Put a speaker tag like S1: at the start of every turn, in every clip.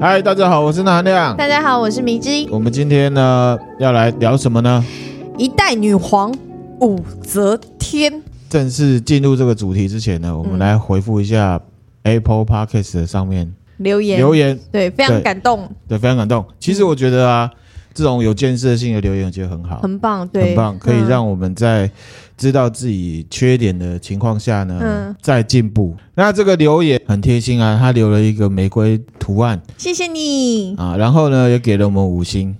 S1: 嗨，大家好，我是南亮。
S2: 大家好，我是迷之，
S1: 我们今天呢要来聊什么呢？
S2: 一代女皇武则天。
S1: 正式进入这个主题之前
S2: 嗯
S1: 呢，我们来回复一下 Apple Podcast 的上面
S2: 留言
S1: 留言，
S2: 对，非
S1: 对
S2: 常感动，
S1: 对，非常感动。其实我觉得啊，这种有建设性的留言，我觉得很好，
S2: 很棒，对，
S1: 很棒，可以
S2: 嗯
S1: 让我们在知道自己缺点的情况下呢
S2: 嗯，
S1: 再进步。那这个留言很贴心啊，他留了一个玫瑰图案
S2: 嗯谢谢你，
S1: 啊，然后呢也给了我们五星。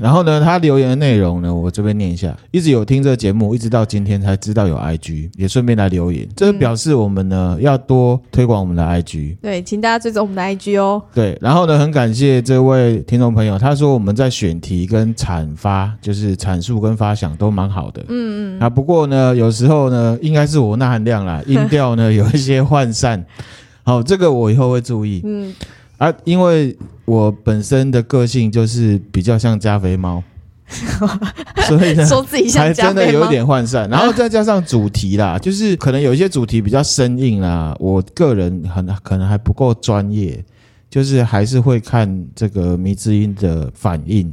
S1: 然后呢，他留言的内容呢，我这边念一下。一直有听这个节目，一直到今天才知道有 IG，也顺便来留言，这表示我们呢要多推广我们的 IG。
S2: 对，请大家追踪我们的 IG 哦，
S1: 对，然后呢，很感谢这位听众朋友，他说我们在选题跟阐发，就是阐述跟发想都蛮好的。嗯嗯。啊，不过呢，有时候呢，应该是我那含量啦，音调呢有一些涣散。好，这个我以后会注意
S2: 嗯，
S1: 啊，因为我本身的个性就是比较像加菲 猫，所以呢。
S2: 说自己像
S1: 还
S2: 加
S1: 真的
S2: 菲
S1: 有
S2: 吗？
S1: 点涣 散，然后再加上主题啦，就是可能有一些主题比较生硬啦，我个人很可能还不够专业，就是还是会看这个迷之音的反应。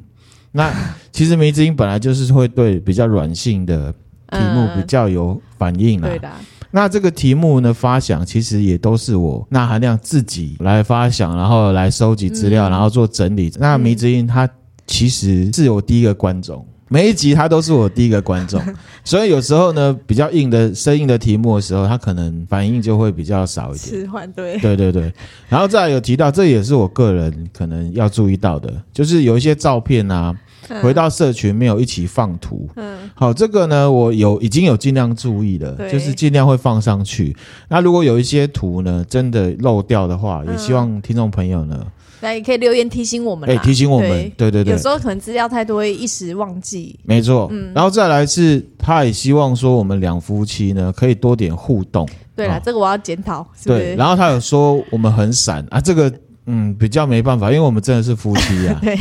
S1: 那其实迷之音本来就是会对比较软性的题目比
S2: 嗯，
S1: 较有反应啦。
S2: 对的啊，
S1: 那这个题目呢，发想其实也都是我那含量自己来发想，然后来收集资料，
S2: 嗯
S1: 然后做整理。那迷之音他其实是我第一个观众，每一集他都是我第一个观众，所以有时候呢，比较硬的生硬的题目的时候，他可能反应就会比较少一点。
S2: 置换对，
S1: 对对对，然后再来有提到，这也是我个人可能要注意到的，就是有一些照片啊，
S2: 嗯
S1: 回到社群没有一起放图，
S2: 嗯，
S1: 好，这个呢，我有已经有尽量注意了，
S2: 对
S1: 就是尽量会放上去。那如果有一些图呢，真的漏掉的
S2: 嗯
S1: 话，也希望听众朋友呢，
S2: 那也可以留言提醒我们
S1: 哎、
S2: 啦，
S1: 提醒我们，对对对
S2: 有时，候可嗯能资料太多，会一时忘记，
S1: 没错。然后再来是，他也希望说我们两夫妻呢可以多点互动，
S2: 对啦，
S1: 哦
S2: 这个我要检讨，是不
S1: 对。
S2: 是？，
S1: 然后他有说我们很散啊，这个嗯比较没办法，因为我们真的是夫妻啊
S2: 对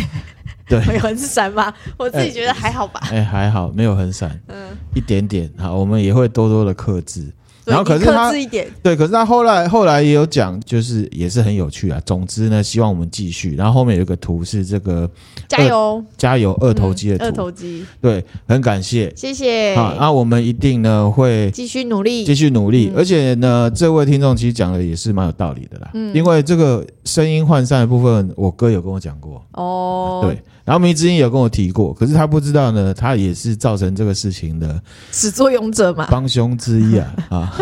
S1: 对。
S2: 我有很闪吗？我自己觉得还好吧，
S1: 哎、还好没有很散，
S2: 嗯，
S1: 一点点。好，我们也会多多的克制。
S2: 对
S1: 哎然后可
S2: 你
S1: 是他
S2: 克制一点，
S1: 对，可是他后来后来也有讲，就是也是很有趣啊。总之呢，希望我们继续。然后后面有一个图是这个
S2: 加油，
S1: 加油二头肌
S2: 嗯
S1: 的
S2: 二
S1: 图，
S2: 头肌，
S1: 对，很感谢。
S2: 谢谢，
S1: 好，啊那我们一定呢会
S2: 继续努力，
S1: 继续努力，
S2: 嗯
S1: 而且呢，这位听众其实讲的也是蛮有道理的啦。
S2: 嗯
S1: 因为这个声音涣散的部分，我哥有跟我讲过，
S2: 哦，
S1: 对，。然后迷之音有跟我提过，可是他不知道呢，他也是造成这个事情的
S2: 始作俑者嘛，
S1: 帮凶之一 啊啊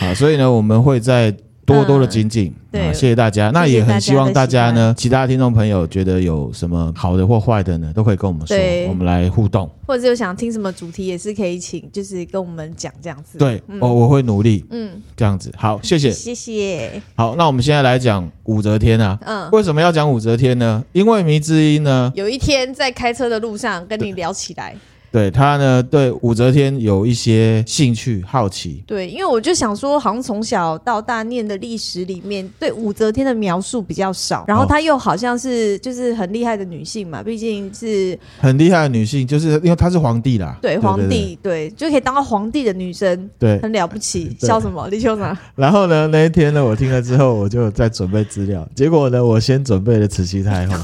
S1: 啊！所以呢，我们会再多多的精进、
S2: 嗯
S1: 啊，
S2: 对
S1: 谢谢大家。那也很希望大家
S2: 谢谢大家
S1: 呢，其他听众朋友觉得有什么好的或坏的呢，都可以跟我们说
S2: 对，
S1: 我们来互动。
S2: 或者是有想听什么主题，也是可以请，就是跟我们讲这样子。，
S1: 对，哦，我会努力
S2: 嗯，
S1: 这样子。好，谢谢。
S2: 谢谢，
S1: 好，那我们现在来讲武则天啊。
S2: 嗯。
S1: 为什么要讲武则天呢？因为迷之音呢，
S2: 有一天在开车的路上跟你聊起来，
S1: 对他呢对武则天有一些兴趣好奇。
S2: 对，因为我就想说，好像从小到大念的历史里面，对武则天的描述比较少，然后
S1: 哦
S2: 她又好像是就是很厉害的女性嘛，毕竟是
S1: 很厉害的女性，就是因为她是皇帝啦，
S2: 对皇帝，对，就可以当到皇帝的女生，
S1: 对，
S2: 很了不起。
S1: 对
S2: 笑什么？李秀长，
S1: 然后呢，那一天呢，我听了之后，我就在准备资料。结果呢，我先准备了慈禧太后，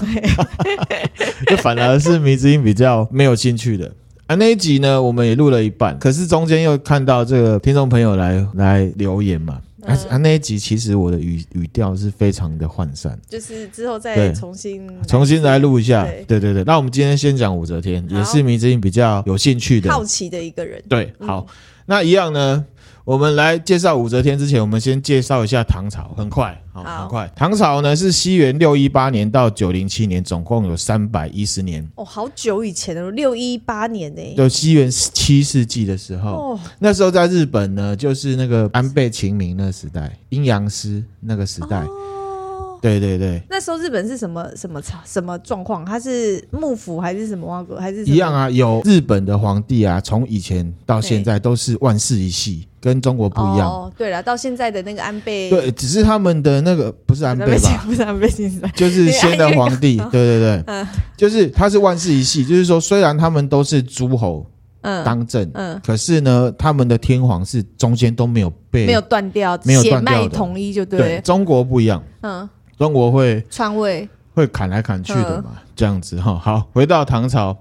S1: 就反而是迷之音比较没有兴趣的。啊，那一集呢，我们也录了一半，可是中间又看到这个听众朋友来来留言嘛。啊
S2: 嗯
S1: 啊，那一集其实我的语语调是非常的涣散，
S2: 就是之后
S1: 对
S2: 再重新
S1: 重新来录一下。
S2: 嗯对
S1: 对对对，那我们今天先讲武则天，
S2: 好
S1: 也是迷之音比较有兴趣的。
S2: 好奇的一嗯个人，
S1: 对，好，那一样呢。我们来介绍武则天之前，我们先介绍一下唐朝，很快，好，
S2: 好
S1: 很快。唐朝呢是西元六一八年到九零七年，总共有三百一十年，
S2: 哦，好久以前了，六一八年呢、
S1: 就西元七世纪的时候，
S2: 哦，
S1: 那时候在日本呢，就是那个安倍晴明那时代，阴阳师那个时代，
S2: 哦
S1: 对对对，
S2: 那时候日本是什么什么什么状况？他是幕府还是什么哇哥？还是什么
S1: 一样？啊。有日本的皇帝啊，从以前到现在都是万世一系，跟中国不一样。
S2: 哦，对了，到现在的那个安倍，
S1: 对，只是他们的那个不是安
S2: 安
S1: 倍
S2: 倍
S1: 吧？
S2: 不是安倍晋三，
S1: 就是先
S2: 哎
S1: 的皇帝，对对对
S2: 嗯，
S1: 就是他是万世一系，就是说虽然他们都是诸侯
S2: 嗯
S1: 当政，
S2: 嗯，
S1: 可是呢，他们的天皇是中间都没有被
S2: 没有断掉，
S1: 没有
S2: 血
S1: 断掉的
S2: 脉统一就对
S1: 对
S2: 了，
S1: 中国不一样，
S2: 嗯，
S1: 中国会
S2: 篡位，
S1: 会砍来砍去的嘛，这样子哈。好，回到唐朝，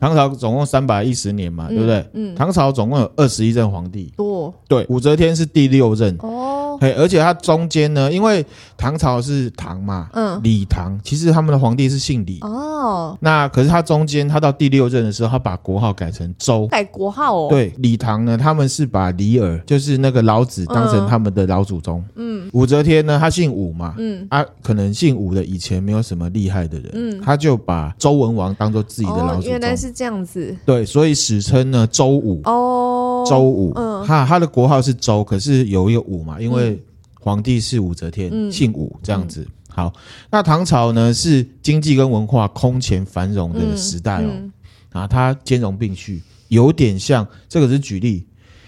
S1: 唐朝总共三百一十年嘛，
S2: 嗯
S1: 对不对？
S2: 嗯，
S1: 唐朝总共有二十一任皇帝，
S2: 多
S1: 对，武则天是第六任。
S2: 哦，
S1: 嘿，而且他中间呢，因为唐朝是唐嘛，
S2: 嗯
S1: 李唐，其实他们的皇帝是姓李。
S2: 哦，
S1: 那可是他中间，他到第六任的时候，他把国号改成周。
S2: 改国号哦，
S1: 对，李唐呢，他们是把李耳，就是那个老子，当成他们的老祖宗。嗯，武则天呢，她姓武嘛，
S2: 嗯，
S1: 啊，可能姓武的以前没有什么厉害的人，
S2: 嗯
S1: 他就把周文王当做自己的老
S2: 哦，
S1: 祖
S2: 原来
S1: 宗，
S2: 是这样子
S1: 对，所以史称呢周武，
S2: 哦，
S1: 周武，
S2: 嗯
S1: 他他的国号是周，可是有一个武嘛，因为皇帝是武则天，
S2: 嗯
S1: 姓武这样子。好，那唐朝呢是经济跟文化空前繁荣的
S2: 嗯
S1: 时代哦，
S2: 嗯
S1: 啊，它兼容并蓄，有点像这个只是举例，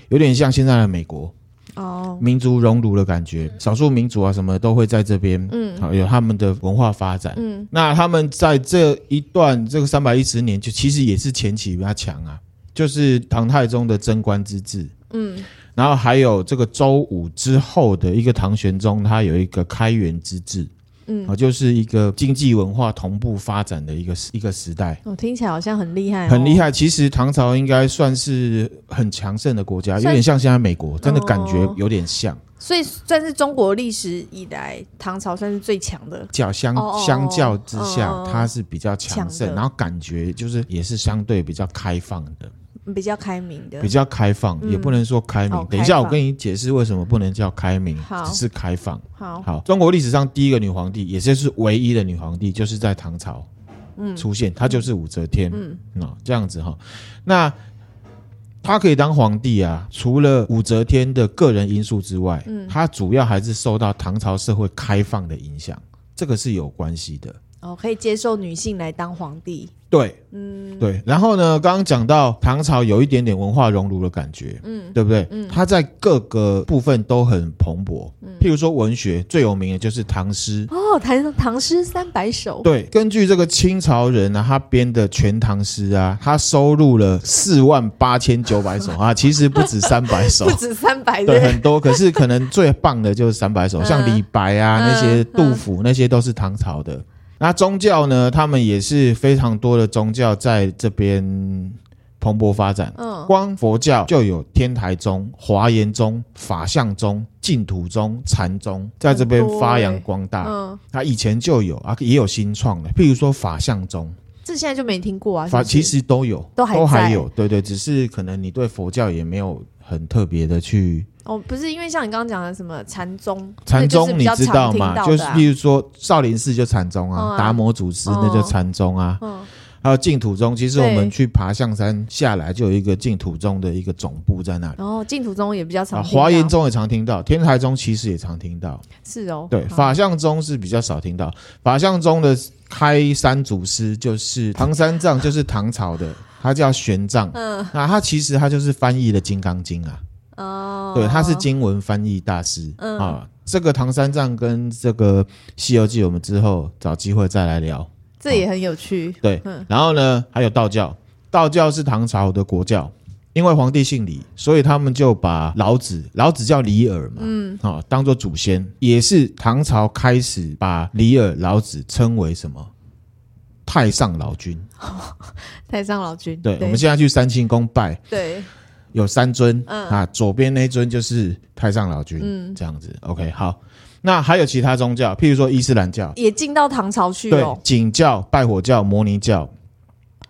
S1: 有点像现在的美国
S2: 哦，
S1: 民族熔炉的感觉，少数民族啊什么都会在这边，啊
S2: 嗯
S1: 好有他们的文化发展。
S2: 嗯
S1: 那他们在这一段这个三百一十年，就其实也是前期比较强啊，就是唐太宗的贞观之治，
S2: 嗯
S1: 然后还有这个周武之后的一个唐玄宗，他有一个开元之治，
S2: 嗯
S1: 啊，，就是一个经济文化同步发展的一个一个时代。
S2: 我哦听起来好像很厉害，哦
S1: 很厉，害。其实唐朝应该算是很强盛的国家，
S2: 算
S1: 有点像现在美国，真的感觉
S2: 哦
S1: 有点像，
S2: 所以算是中国历史以来唐朝算是最强的，
S1: 较相
S2: 哦哦哦
S1: 相较之下
S2: 嗯，嗯
S1: 它是比较强
S2: 强
S1: 盛，
S2: 的
S1: 然后感觉就是也是相对比较开放的，
S2: 比较开明的
S1: 比，较开放，
S2: 嗯
S1: 也不能说开明
S2: 哦。
S1: 等一下
S2: 开
S1: 我
S2: 放
S1: 跟你解释为什么不能叫开明
S2: 好，
S1: 只是开放。
S2: 好，
S1: 好，中国历史上第一个女皇帝，也就是唯一的女皇帝，就是在唐朝，出现，她就是武则天，嗯，这样子哈，那她可以当皇帝啊，除了武则天的个人因素之外，嗯，她主要还是受到唐朝社会开放的影响，这个是有关系的，
S2: 哦，可以接受女性来当皇帝，
S1: 对，嗯，对，然后呢，刚刚讲到唐朝有一点点文化熔炉的感觉，嗯，对不对？嗯，它在各个部分都很蓬勃，譬如说文学最有名的就是唐诗，
S2: 哦，唐唐诗三百首，
S1: 对，根据这个清朝人啊，他编的《全唐诗》啊，他收录了四万八千九百 首啊，其实不止三百首
S2: 不，止三百
S1: 对，
S2: 人，
S1: 很多。可是可能最棒的就是三百首，像
S2: 嗯
S1: 李白啊、
S2: 嗯
S1: 那些杜甫、那些都是唐朝的。那宗教呢，他们也是非常多的宗教在这边蓬勃发展。
S2: 嗯，
S1: 光佛教就有天台宗、华严宗、法相宗、净土宗、禅宗，在这边
S2: 很多
S1: 发
S2: 欸
S1: 扬光大。
S2: 嗯，
S1: 它以前就有啊，也有新创的，譬如说法相宗，
S2: 这现在就没听过啊，
S1: 法
S2: 是不
S1: 其
S2: 是
S1: 实都有，
S2: 都还在
S1: 有，对对，只是可能你对佛教也没有很特别的去
S2: 哦，不是因为像你刚刚讲的什么禅宗，
S1: 禅
S2: 那
S1: 宗，
S2: 就是
S1: 你
S2: 比较
S1: 知
S2: 常
S1: 道
S2: 听
S1: 嘛？
S2: 到
S1: 就是
S2: 的啊
S1: 譬如说少林寺就禅宗啊，
S2: 嗯啊
S1: 达摩祖师那就禅宗啊，
S2: 嗯
S1: 还有净土宗。其实我
S2: 对
S1: 们去爬象山下来，就有一个净土宗的一个总部在那里。
S2: 然后哦净土宗也比较常
S1: 啊，
S2: 听到，
S1: 华严宗也常听到，天台宗其实也常听到，
S2: 是哦，
S1: 对，
S2: 好
S1: 法相宗是比较少听到。法相宗的开山祖师就是唐三藏，就是唐朝的，他叫玄奘。
S2: 嗯
S1: 那他其实他就是翻译了《金刚经》啊，
S2: 哦，
S1: 对，他是经文翻译大师、
S2: 嗯
S1: 啊。这个唐三藏跟这个《西游记》，我们之后找机会再来聊。
S2: 这也很有趣，
S1: 对，
S2: 嗯
S1: 然后呢，还有道教，道教是唐朝的国教，因为皇帝姓李，所以他们就把老子，老子叫李耳嘛，嗯，啊、当做祖先，也是唐朝开始把李耳、老子称为什么？太上老君，
S2: 太上老君，
S1: 对，我
S2: 对
S1: 们现在去三清宫拜，
S2: 对
S1: 有三尊，
S2: 嗯
S1: 啊，左边那尊就是太上老君，
S2: 嗯
S1: 这样子，OK，好，那还有其他宗教，譬如说伊斯兰教，
S2: 也进到唐朝去
S1: 对
S2: 哦，，
S1: 景教、拜火教、摩尼教。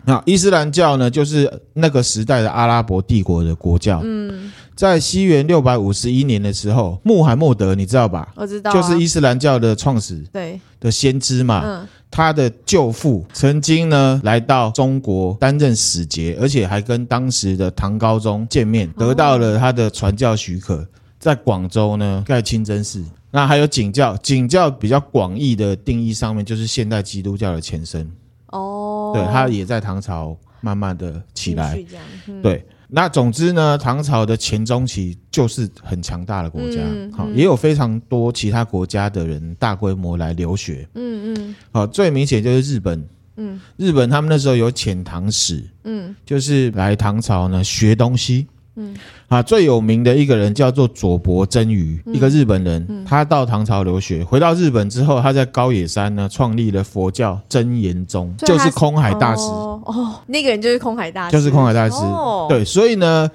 S1: 那伊斯兰教呢，就是那个时代的阿拉伯帝国的国教。嗯，在西元六百五十一年的时候，穆罕默德你知道吧？
S2: 我知道啊，
S1: 就是伊斯兰教的创始
S2: 对，
S1: 的先知嘛。
S2: 嗯
S1: 他的舅父曾经呢来到中国担任使
S2: 哦
S1: 节，而且还跟当时的唐高宗见面，得到了他的传教许可。在广州呢盖清真寺。那还有景教，景教比较广义的定义上面就是现代基督教的前身，
S2: 哦，
S1: 对，它也在唐朝慢慢的起来
S2: 继。续这样，嗯
S1: 对，那总之呢，唐朝的前中期就是很强大的国家
S2: 嗯，
S1: 好、
S2: 嗯
S1: 也有非常多其他国家的人大规模来留学，
S2: 嗯嗯
S1: 好、最明显就是日本，
S2: 嗯
S1: 日本他们那时候有遣唐使，
S2: 嗯
S1: 就是来唐朝呢学东西。
S2: 嗯，
S1: 啊，最有名的一个人叫做佐伯真鱼，
S2: 嗯
S1: 一个日本人，他到唐朝留学，回到日本之后，他在高野山呢创立了佛教真言宗，
S2: 所以
S1: 就
S2: 他
S1: 是空海大师。
S2: 哦哦，那个人就是空海大师，
S1: 就是空海大师。
S2: 哦、，
S1: 对，所以呢，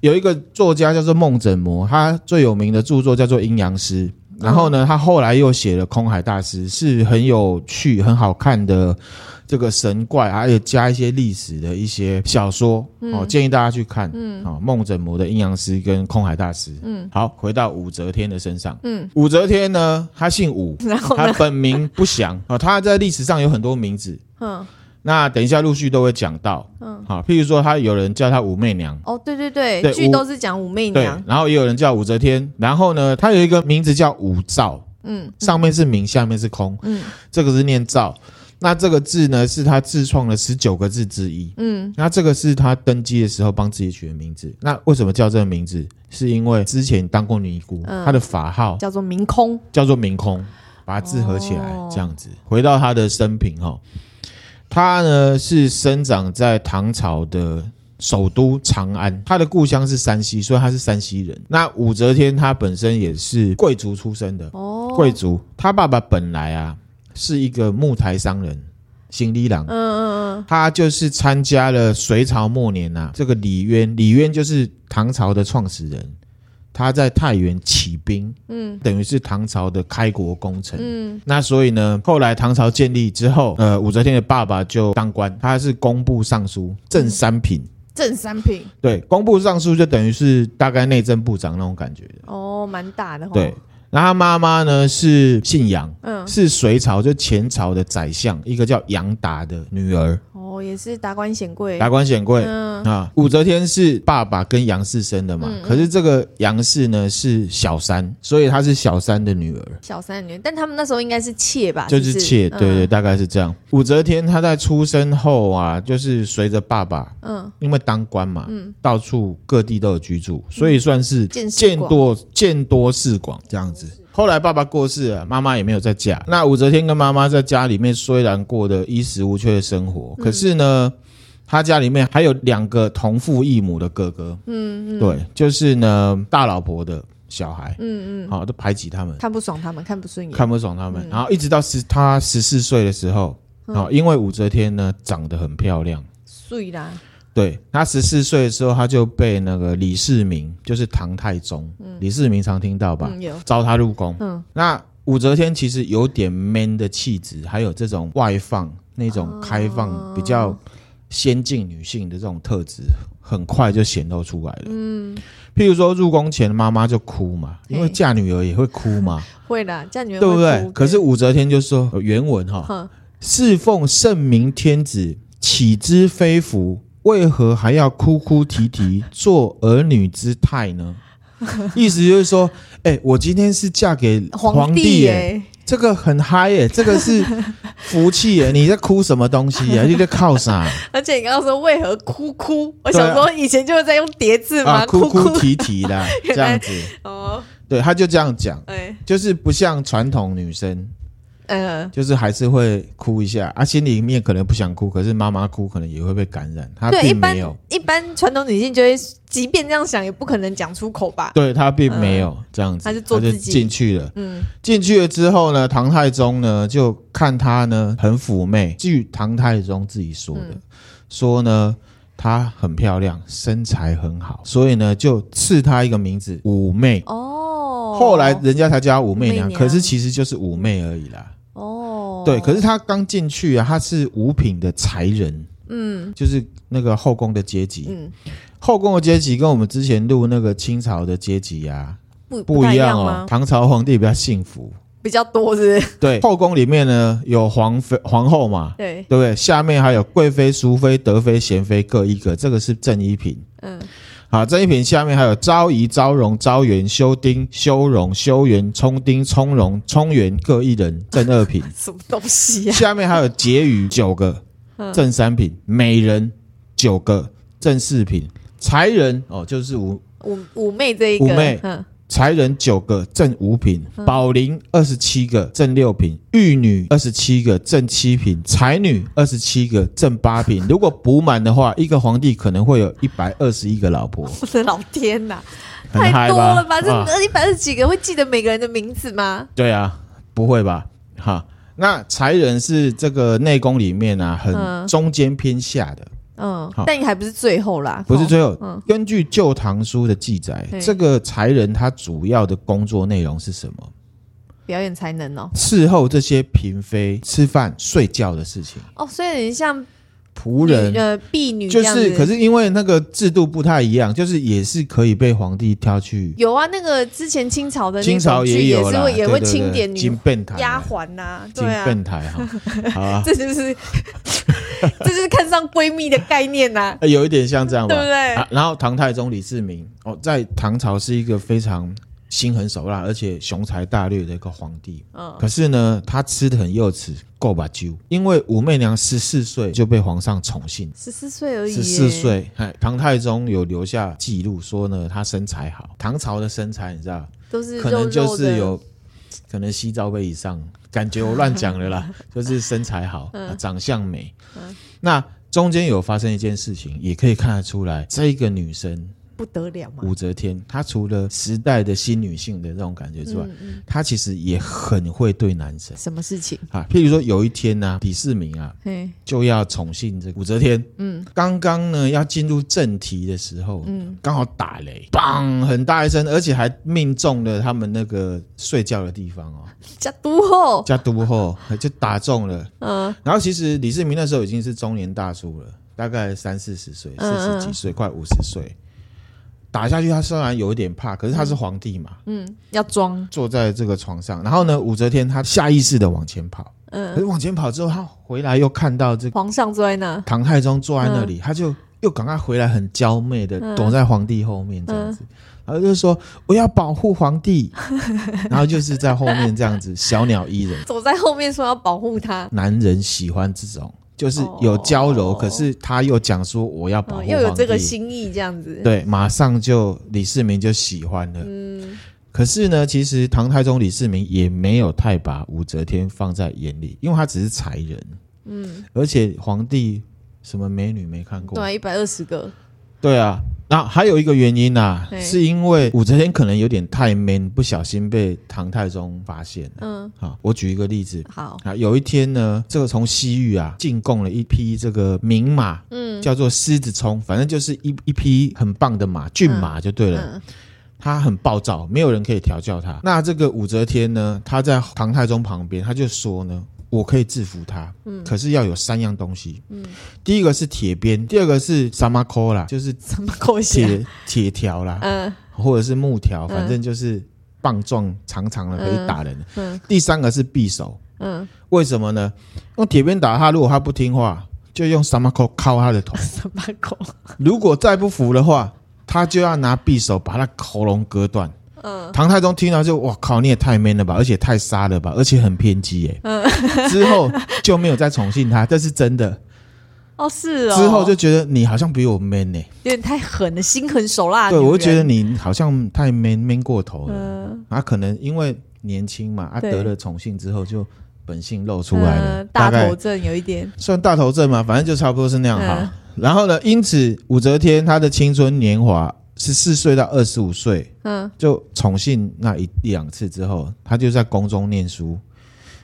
S1: 有一个作家叫做孟枕谟，他最有名的著作叫做《阴阳师》。然后呢，他后来又写了《空海大师》，是很有趣、很好看的这个神怪，还有加一些历史的一些小说、哦，建议大家去看。嗯，哦，孟枕谟的《阴阳师》跟《空海大师》。嗯，好，回到武则天的身上。
S2: 嗯，
S1: 武则天呢，她姓武，
S2: 然 后
S1: 她
S2: 呢，
S1: 本名不详 啊、哦，她在历史上有很多名字，
S2: 嗯，
S1: 那等一下陆续都会讲到，嗯，好，譬如说他有人叫她武媚娘，
S2: 哦，对对对，
S1: 对
S2: 剧
S1: 武
S2: 都是讲武媚
S1: 对
S2: 娘，，
S1: 然后也有人叫武则天，然后呢，他有一个名字叫武曌，
S2: 嗯
S1: 上面是明，下面是空，
S2: 嗯
S1: 这个是念曌，那这个字呢是他自创的十九个字之一，
S2: 嗯
S1: 那这个是他登基的时候帮自己取的名字，那为什么叫这个名字？是因为之前当过尼姑，
S2: 嗯
S1: 她的法号
S2: 叫做明空，
S1: 叫做明空，把它字合起来，
S2: 哦
S1: 这样子。回到他的生平哈、哦，他呢是生长在唐朝的首都长安，他的故乡是山西，所以他是山西人。那武则天她本身也是贵族出身的，
S2: 哦，
S1: 贵族，他爸爸本来啊是一个木材商人，行李郎。
S2: 嗯嗯
S1: 他就是参加了隋朝末年呐、这个李渊，李渊就是唐朝的创始人，他在太原起兵，
S2: 嗯
S1: 等于是唐朝的开国功臣。
S2: 嗯
S1: 那所以呢，后来唐朝建立之后，呃，武则天的爸爸就当官，他是工部尚书，正三品。
S2: 嗯，正三品，
S1: 对，工部尚书就等于是大概内政部长那种感觉的。
S2: 哦，蛮大的哦，
S1: 对，，那他妈妈呢是姓杨，
S2: 嗯，
S1: 是隋朝就前朝的宰相，一个叫杨达的女儿，
S2: 哦，也是达官显贵，
S1: 达官显贵。
S2: 嗯
S1: 啊，武则天是爸爸跟杨氏生的嘛，
S2: 嗯嗯
S1: 可是这个杨氏呢是小三，所以她是小三的女儿。
S2: 小三女，但他们那时候应该是妾吧？
S1: 啊就是是
S2: 不
S1: 妾，对对，
S2: 嗯
S1: 大概是这样。武则天她在出生后啊，就是随着爸爸，
S2: 嗯，
S1: 因为当官嘛，到处各地都有居住，所以算是
S2: 见识
S1: 嗯见
S2: 广
S1: 多见多识广这样子。后来爸爸过世了，妈妈也没有再嫁。那武则天跟妈妈在家里面虽然过得衣食无缺的生活，可是呢，她家里面还有两个同父异母的哥哥，嗯，对，就是呢大老婆的小孩，嗯嗯，好都排挤他们。
S2: 看不爽他们，看不顺眼，
S1: 看不爽他
S2: 嗯
S1: 们。然后一直到十他十四岁的时候，哦，因为武则天呢长得很漂亮，
S2: 碎啦，
S1: 对她十四岁的时候，她就被那个李世民，就是唐太宗，李世民常听到吧，
S2: 嗯有，
S1: 招她入宫。
S2: 嗯
S1: 那武则天其实有点 man 的气质，还有这种外放、那种开放、比较
S2: 啊
S1: 先进女性的这种特质，很快就显露出来了。嗯，譬如说入宫前妈妈就哭嘛，因为
S2: 嘿
S1: 嫁女儿也会哭嘛。
S2: 会啦，这样女儿
S1: 对不
S2: 会
S1: 对
S2: 哭？
S1: 可是武则天就说呃原文哈、
S2: 哼
S1: 侍奉圣明天子，岂知非福？为何还要哭哭啼啼，做儿女之态 呢？意思就是说，哎、我今天是嫁给皇帝
S2: 帝
S1: 耶、
S2: 耶，
S1: 这个很嗨耶、这个是福气 耶、你在哭什么东西呀、你在靠啥
S2: 而且你刚刚说为何哭哭，我
S1: 对啊
S2: 想说以前就是在用叠字嘛，
S1: 啊？哭
S2: 哭
S1: 哭啼啼 啦，这
S2: 原
S1: 样
S2: 来
S1: 子，
S2: 哦，
S1: 对，他就这样讲，
S2: 哎
S1: 就是不像传统女生，
S2: 呃，
S1: 就是还是会哭一下啊，心里面可能不想哭，可是妈妈哭可能也会被感染，她
S2: 对，一
S1: 并
S2: 般
S1: 没有，
S2: 一般传统女性就会，即便这样想，也不可能讲出口吧？
S1: 对她并没有、这样子，
S2: 她就嗯做自己
S1: 她就进去了。
S2: 嗯
S1: 进去了之后呢，唐太宗呢就看她呢很妩媚，据唐太宗自己说
S2: 嗯
S1: 的，说呢她很漂亮，身材很好，所以呢就赐她一个名字武媚。
S2: 哦，
S1: 后来人家才叫她武媚娘，
S2: 武媚娘
S1: 可是其实就是武媚而已啦。
S2: 哦，
S1: 对，可是她刚进去啊，她是五品的才人，
S2: 嗯
S1: 就是那个后宫的阶级。
S2: 嗯
S1: 后宫的阶级跟我们之前录那个清朝的阶级啊
S2: 不
S1: 不
S2: 太
S1: 一
S2: 一
S1: 样哦
S2: 吗，？
S1: 唐朝皇帝比较幸福。
S2: 比较多是不是？
S1: 对，后宫里面呢有皇妃、皇后嘛，
S2: 对，
S1: 对不对？下面还有贵妃、淑妃、德妃、贤妃各一个，这个是正一品。
S2: 嗯
S1: 好，这一品下面还有昭仪、昭容、昭元、修丁、修容、修元、冲丁、冲容、冲元各一人，正二品。
S2: 什么东西呀、 啊
S1: 下面还有结余九个，
S2: 嗯
S1: 正三品；美人九个，正四品；才人哦，就是五
S2: 妩妩媚这一个，
S1: 妩媚
S2: 嗯，
S1: 才人九个，正五品；宝林二十七个，正六品；玉女二十七个，正七品；才女二十七个，正八 品。如果补满的话，一个皇帝可能会有一百二十一个老婆，
S2: 我的 老天呐，
S1: 很
S2: 太
S1: 嗨
S2: 多
S1: 吧？
S2: 了吧？
S1: 啊
S2: 这一百二十几个会记得每个人的名字吗？
S1: 对啊，不会吧？哈，那才人是这个内宫里面啊，很
S2: 嗯
S1: 中间偏下的。
S2: 嗯
S1: 好，
S2: 但你还不是最后啦，
S1: 不是
S2: 哦
S1: 最后，
S2: 嗯
S1: 根据《旧唐书》的记载，
S2: 对
S1: 这个才人他主要的工作内容是什么？
S2: 表演才能哦，
S1: 伺候这些嫔妃吃饭、睡觉的事情，
S2: 哦，所以很像
S1: 仆
S2: 女
S1: 人。
S2: 呃婢女
S1: 就
S2: 这样子
S1: 是，可是因为那个制度不太一样，就是也是可以被皇帝挑去。
S2: 有啊，那个之前清朝的那
S1: 清
S2: 种
S1: 朝
S2: 剧
S1: 有
S2: 是
S1: 啦，
S2: 会也
S1: 对对
S2: 会
S1: 对
S2: 清点
S1: 金
S2: 女
S1: 笨台啊，
S2: 丫鬟呐，
S1: 金
S2: 对啊，
S1: 笨台哈，好啊，
S2: 这就是 这就是看上闺蜜的概念啊呐，
S1: 呃有一点像这样吧，
S2: 对不对
S1: 啊然后唐太宗李世民哦，在唐朝是一个非常心狠手辣而且雄才大略的一个皇帝。
S2: 嗯
S1: 可是呢，他吃的很幼稚，够把揪。因为武媚娘十四岁就被皇上宠幸，
S2: 十四岁而已，
S1: 十四，岁，哎，唐太宗有留下记录说呢，他身材好。唐朝的身材你知道，
S2: 都是
S1: 可
S2: 肉
S1: 能就
S2: 肉的
S1: 是有，可能西罩杯以上，感觉我乱讲了 啦，就是身材好，
S2: 嗯
S1: 啊长相美。那中间有发生一件事情，也可以看得出来，这个女生
S2: 不得了嘛，
S1: 武则天，她除了时代的新女性的这种感觉之外，
S2: 嗯嗯
S1: 她其实也很会对男生。
S2: 什么事情？
S1: 啊，譬如说有一天呢、李世民啊
S2: 嘿，
S1: 就要宠幸这个武则天，嗯，刚刚呢要进入正题的时候，嗯，刚好打雷，砰，很大一声，而且还命中了他们那个睡觉的地方哦，
S2: 加毒哦后，
S1: 加都后就打中了。
S2: 嗯
S1: 然后其实李世民那时候已经是中年大叔了，大概三四十岁，四
S2: 嗯
S1: 十几岁，快五十岁。打下去，他虽然有一点怕，可是他是皇帝嘛，
S2: 嗯，要装，
S1: 坐在这个床上。然后呢，武则天她下意识的往前跑，可
S2: 嗯，
S1: 是往前跑之后，他回来又看到这个
S2: 皇上坐在那，
S1: 唐太宗坐在那里，他就又赶快回来，很娇媚的
S2: 嗯
S1: 躲在皇帝后面这样子，然后就说我要保护皇帝， 然后就是在后面这样子小鸟依人，
S2: 走在后面说要保护他，
S1: 男人喜欢这种，就是有娇柔，
S2: 哦
S1: 可是他又讲说我要保护
S2: 嗯，
S1: 皇帝，
S2: 又有这个心意这样子，
S1: 对，马上就李世民就喜欢了。
S2: 嗯，
S1: 可是呢，其实唐太宗李世民也没有太把武则天放在眼里，因为他只是才人，嗯，而且皇帝什么美女没看过，
S2: 对啊，一百二十个，
S1: 对啊。那还有一个原因啊，
S2: 对
S1: 是因为武则天可能有点太 man，不小心被唐太宗发现了。
S2: 嗯，
S1: 好，我举一个例子
S2: 好，
S1: 啊，有一天呢，这个从西域啊进贡了一匹这个名马，
S2: 嗯
S1: 叫做狮子冲，反正就是一一匹很棒的马，骏马就对了。
S2: 嗯
S1: 他很暴躁，没有人可以调教他。那这个武则天呢，她在唐太宗旁边，她就说呢，我可以制服他，
S2: 嗯
S1: 可是要有三样东西，第一个是铁鞭，第二个是萨马科啦，就是
S2: 什么狗血？
S1: 铁铁条啦，
S2: 嗯
S1: 或者是木条，
S2: 嗯
S1: 反正就是棒状长长的可以打人。
S2: 嗯
S1: 第三个是匕首，
S2: 嗯，
S1: 为什么呢？用铁鞭打他，如果他不听话，就用萨马科敲他的 头。
S2: 什么狗？
S1: 如果再不服的话，他就要拿匕首把他喉咙割断。
S2: 嗯
S1: 唐太宗听到就哇靠，你也太 man 了吧，而且太杀了吧，而且很偏激耶、
S2: 嗯
S1: 之后就没有再宠幸他，这是真的。
S2: 哦， 是哦，
S1: 之后就觉得你好像比我 man 呢、
S2: 有点太狠了，心狠手辣的
S1: 对
S2: 女人。
S1: 我就觉得你好像太 man man 过头了。
S2: 嗯，
S1: 啊，可能因为年轻嘛，啊
S2: 对
S1: 得了宠幸之后就本性露出来了，
S2: 嗯大
S1: 概
S2: 头症有一点，
S1: 算大头症嘛，反正就差不多是那样哈。
S2: 嗯
S1: 然后呢，因此武则天她的青春年华十四岁到二十五岁，
S2: 嗯
S1: 就宠幸那一一两次之后，他就在宫中念书，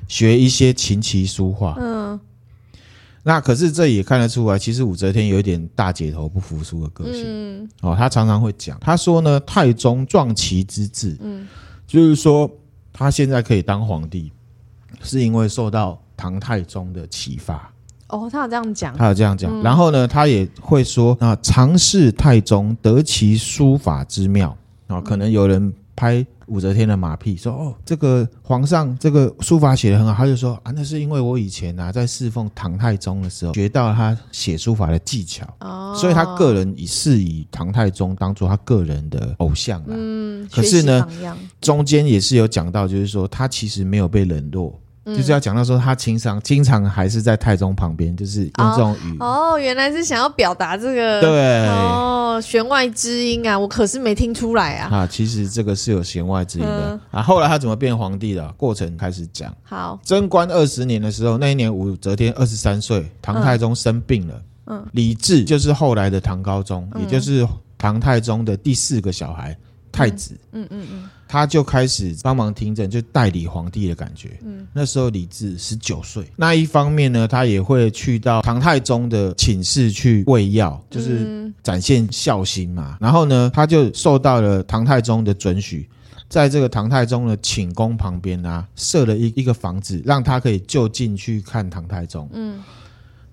S1: 学一些琴棋书画。
S2: 嗯
S1: 那可是这也看得出来，其实武则天有一点大姐头不服输的个性、
S2: 嗯
S1: 哦。她常常会讲，她说呢，太宗壮其之志，
S2: 嗯
S1: 就是说他现在可以当皇帝，是因为受到唐太宗的启发。
S2: 哦，他有这样讲，
S1: 他有这样讲，
S2: 嗯
S1: 然后呢，他也会
S2: 嗯
S1: 说啊，常侍太宗得其书法之妙啊，可能有人拍武则天的马屁，说哦，这个皇上这个书法写得很好，他就说啊，那是因为我以前啊在侍奉唐太宗的时候，学到了他写书法的技巧，
S2: 哦，
S1: 所以他个人以是以唐太宗当做他个人的偶像啦。
S2: 嗯，
S1: 可
S2: 学
S1: 是
S2: 习
S1: 呢
S2: 榜样，
S1: 中间也是有讲到，就是说他其实没有被冷落。
S2: 嗯
S1: 就是要讲到说，他经常经常还是在太宗旁边，就是用这种语，
S2: 哦，原来是想要表达这个
S1: 对
S2: 哦，弦外之音啊，我可是没听出来啊。
S1: 啊，其实这个是有弦外之音的
S2: 嗯
S1: 啊。后来他怎么变皇帝的啊过程开始讲。
S2: 好，
S1: 贞观二十年的时候，那一年武则天二十三岁，唐太宗生病了。
S2: 嗯
S1: 李治就是后来的唐高宗，
S2: 嗯
S1: 也就是唐太宗的第四个小孩太子。
S2: 嗯嗯嗯，
S1: 他就开始帮忙听诊，就代理皇帝的感觉。
S2: 嗯
S1: 嗯，那时候李治十九岁。那一方面呢，他也会去到唐太宗的寝室去喂药，就是
S2: 嗯
S1: 展现孝心嘛。然后呢，他就受到了唐太宗的准许，在这个唐太宗的寝宫旁边啊，设了一一个房子，让他可以就近去看唐太宗。
S2: 嗯，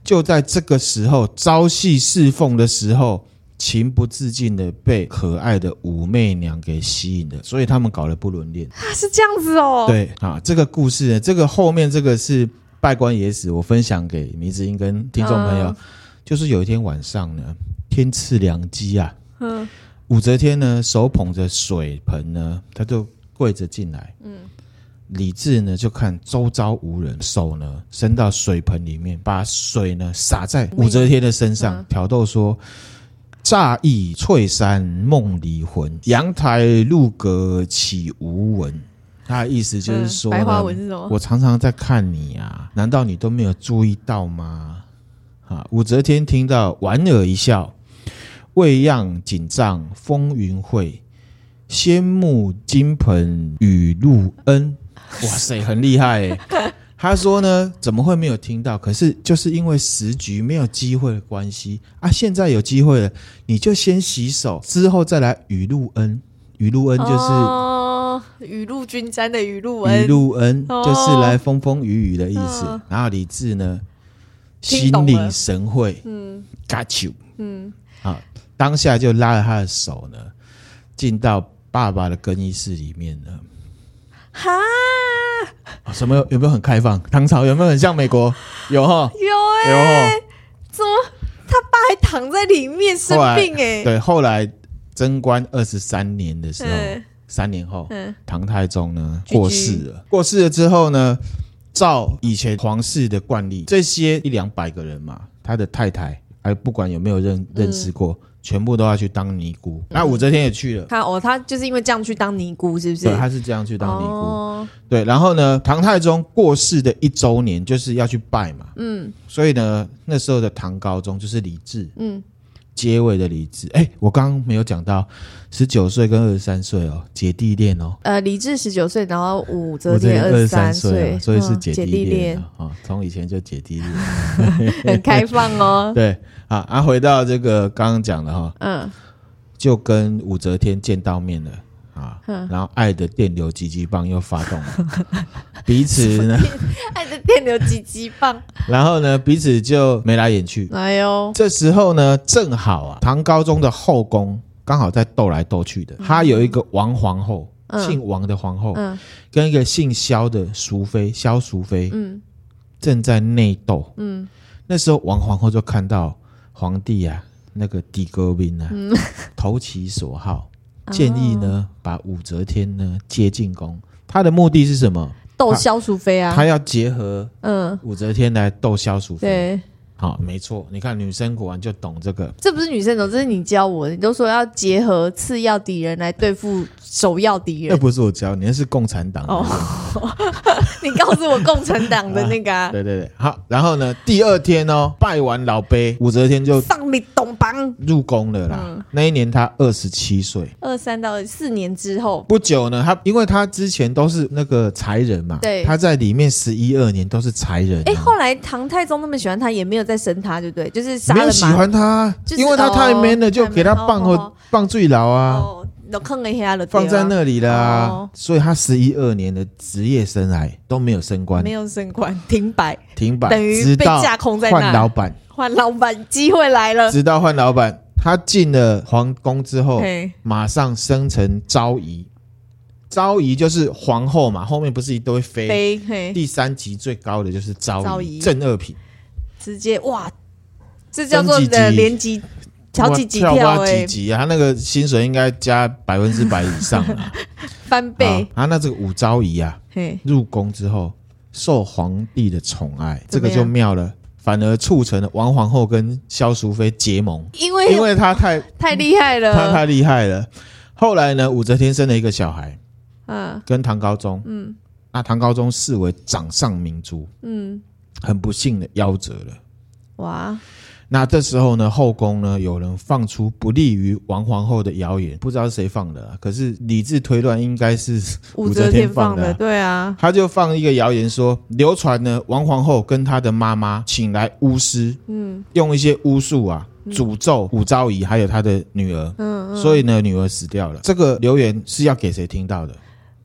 S1: 就在这个时候，朝夕侍奉的时候，情不自禁的被可爱的武媚娘给吸引了，所以他们搞了不伦恋。
S2: 啊是这样子哦。，
S1: 对啊，这个故事呢，这个后面这个是拜官野史，我分享给迷之音跟听众朋友，
S2: 嗯
S1: 就是有一天晚上呢，天赐良机啊，
S2: 嗯
S1: 武则天呢手捧着水盆呢，她就跪着进来，嗯。李治呢，就看周遭无人，手呢伸到水盆里面，把水呢洒在武则天的身上
S2: 嗯，
S1: 挑逗说：“乍忆翠山梦离魂，阳台路隔岂无闻。”他的意思就是说呢，
S2: 嗯呃白话文是什么？
S1: 我常常在看你啊，难道你都没有注意到吗？啊，武则天听到莞尔一笑，未央锦帐风云会，仙木金盆雨露恩。哇塞，很厉害哎！他说呢，怎么会没有听到？可是就是因为时局没有机会的关系啊，现在有机会了，你就先洗手，之后再来雨露恩。雨露恩就是
S2: 哦，雨露均沾的雨露
S1: 雨
S2: 恩，
S1: 露恩
S2: 哦
S1: 就是来风风雨雨的意思。
S2: 嗯
S1: 然后李治呢，
S2: 听
S1: 心
S2: 懂了
S1: 领神会
S2: 嗯
S1: ，got you
S2: 嗯，
S1: 啊！当下就拉着他的手呢，进到爸爸的更衣室里面呢。
S2: 哈，
S1: 啊什么有有没有很开放？唐朝有没有很像美国？有哈，
S2: 有
S1: 有
S2: 哎、
S1: 哈。
S2: 怎么他爸还躺在里面生病哎、
S1: 对，后来贞观二十三年的时候，
S2: 嗯
S1: 三年后，
S2: 嗯
S1: 唐太宗呢
S2: 居居
S1: 过世了。过世了之后呢，照以前皇室的惯例，这些一两百个人嘛，他的太太，还不管有没有认认识过，
S2: 嗯
S1: 全部都要去当尼姑。那武则天也去了，
S2: 他哦，他就是因为这样去当尼姑，是不是？
S1: 对，他是这样去当尼姑。
S2: 哦，
S1: 对，然后呢，唐太宗过世的一周年就是要去拜嘛，
S2: 嗯
S1: 所以呢，那时候的唐高宗就是李治，
S2: 嗯，
S1: 结尾的李治。哎，我刚刚没有讲到，十九岁跟二十三岁哦，姐弟恋哦。
S2: 呃，李治十九岁，然后武则
S1: 我这
S2: 天
S1: 二
S2: 十
S1: 三
S2: 三
S1: 岁
S2: 岁
S1: 了，，所以是
S2: 嗯
S1: 姐
S2: 姐
S1: 弟恋
S2: 恋
S1: 啊，，哦从以前就姐弟恋。
S2: 很开放 哦。
S1: 对啊，啊，回到这个刚刚讲的哈，
S2: 嗯，
S1: 就跟武则天见到面了啊，
S2: 嗯
S1: 然后爱的电流狙击棒又发动了，彼此呢，
S2: 爱的电流几级棒，
S1: 然后呢，彼此就眉来眼去。
S2: 哎呦，
S1: 这时候呢，正好啊，唐高宗的后宫刚好在斗来斗去的，他有一个王皇后，
S2: 嗯
S1: 姓王的皇后，
S2: 嗯
S1: 跟一个姓萧的淑妃，萧淑妃，
S2: 嗯
S1: 正在内斗。
S2: 嗯，
S1: 那时候王皇后就看到皇帝啊，那个帝歌兵啊，
S2: 嗯
S1: 投其所好，
S2: 哦
S1: 建议呢、把武则天呢接进宫。他的目的是什么？
S2: 斗
S1: 他
S2: 萧淑妃啊，
S1: 他要结合
S2: 嗯，
S1: 武则天来斗萧淑妃。
S2: 对，
S1: 好，没错，你看女生果然就懂这个。
S2: 这不是女生懂，这是你教我的，你都说要结合次要敌人来对付首要敌
S1: 那
S2: 人。
S1: 不是我教你，那是共产党的。
S2: 哦， 你告诉我共产党的那个、啊，
S1: 对对对，好。然后呢，第二天哦， 拜完老碑，武则天就
S2: 上你懂帮。
S1: 入宫了啦。
S2: 嗯
S1: 那一年她二十七岁。
S2: 二三到四年之后，
S1: 不久呢，他因为他之前都是那个才人嘛，
S2: 对
S1: 他在里面十一二年都是才人、啊，
S2: 哎、后来唐太宗那么喜欢他，也没有再生他，对不对？就是杀
S1: 没
S2: 了
S1: 有喜
S2: 马
S1: 欢他，
S2: 就是
S1: 因为他太 man 了，
S2: 哦
S1: 就给他
S2: 太 man，
S1: 棒
S2: 哦
S1: 回、
S2: 哦
S1: 棒最牢啊，
S2: 哦，都坑了一下了，啊
S1: 放在那里啦、
S2: 哦
S1: 所以他十一二年的职业生涯都没有升官
S2: 没，有升官，停摆，
S1: 停摆，
S2: 等于
S1: 直
S2: 被
S1: 到
S2: 架空在
S1: 换老
S2: 那，
S1: 板，
S2: 换老板，机会来了。
S1: 直到换老板，他进了皇宫之后，
S2: 嘿，
S1: 马上升成昭仪，昭仪就是皇后嘛，后面不是都会飞？
S2: 飞嘿，
S1: 第三级最高的就是昭
S2: 昭
S1: 仪，
S2: 仪
S1: 正二品，
S2: 直接哇，这叫做
S1: 升
S2: 你
S1: 几级
S2: 的连级，好几级
S1: 哇
S2: 跳
S1: 哇
S2: 哎
S1: 几，级啊？他那个薪水应该加百分之百以上 啊。
S2: 哎翻倍
S1: 啊，那这个武昭仪啊，
S2: 嘿，
S1: 入宫之后受皇帝的宠爱，这
S2: 怎
S1: 个
S2: 么样
S1: 就妙了，反而促成了王皇后跟萧淑妃结盟，
S2: 因为
S1: 因为她太
S2: 太厉害
S1: 她
S2: 了，
S1: 太厉害了。后来呢，武则天生了一个小孩，
S2: 嗯
S1: 跟唐高宗，嗯，那唐高宗视为掌上明珠，
S2: 嗯，
S1: 很不幸的夭折了。
S2: 哇，
S1: 那这时候呢，后宫呢有人放出不利于王皇后的谣言，不知道是谁放的啊、可是理智推断应该是武
S2: 武
S1: 则
S2: 则
S1: 天
S2: 天
S1: 放
S2: 放
S1: 的啊
S2: 的，对啊，
S1: 他就放一个谣言说，流传呢王皇后跟她的妈妈请来巫师，嗯，用一些巫术啊诅咒武昭仪还有她的女儿，
S2: 嗯嗯，
S1: 所以呢女儿死掉了。这个留言是要给谁听到的？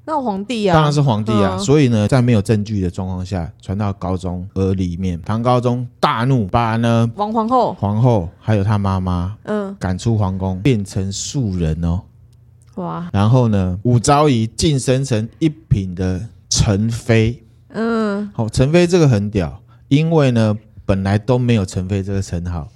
S2: 那皇帝啊，
S1: 当然是皇帝啊。
S2: 嗯
S1: 所以呢，在没有证据的状况下，传到高宗耳里面，唐高宗大怒，把呢
S2: 王皇后，
S1: 皇后还有她妈妈
S2: 嗯，
S1: 赶出皇宫，变成庶人哦。
S2: 哇，
S1: 然后呢，武昭仪晋升成一品的宸妃。
S2: 嗯，
S1: 好、宸妃这个很屌，因为呢本来都没有宸妃这个称号，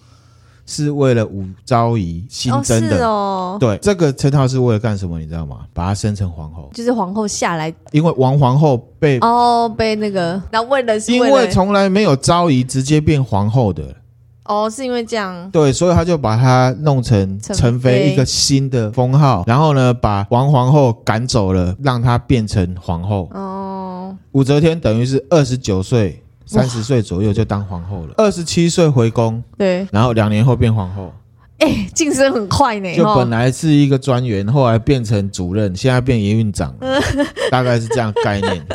S1: 是为了武昭仪新
S2: 哦
S1: 增
S2: 是
S1: 的。
S2: 哦，
S1: 对，这个称号是为了干什么？你知道吗？把她升成皇后，
S2: 就是皇后下来
S1: 因为王皇后被
S2: 哦，被那个那为了是
S1: 因
S2: 了
S1: 为从来没有昭仪直接变皇后的，
S2: 哦，是因为这样，
S1: 对，所以他就把她弄成
S2: 宸妃
S1: 宸妃一个新的封号，然后呢，把王皇后赶走了，让她变成皇后。
S2: 哦，
S1: 武则天等于是二十九岁、三十岁左右就当皇后了，二十七岁回宫，
S2: 对，
S1: 然后两年后变皇后，
S2: 哎，晋升很快呢，
S1: 就
S2: 吼
S1: 本来是一个专员，后来变成主任，现在变营运长 了，大概是这样概念。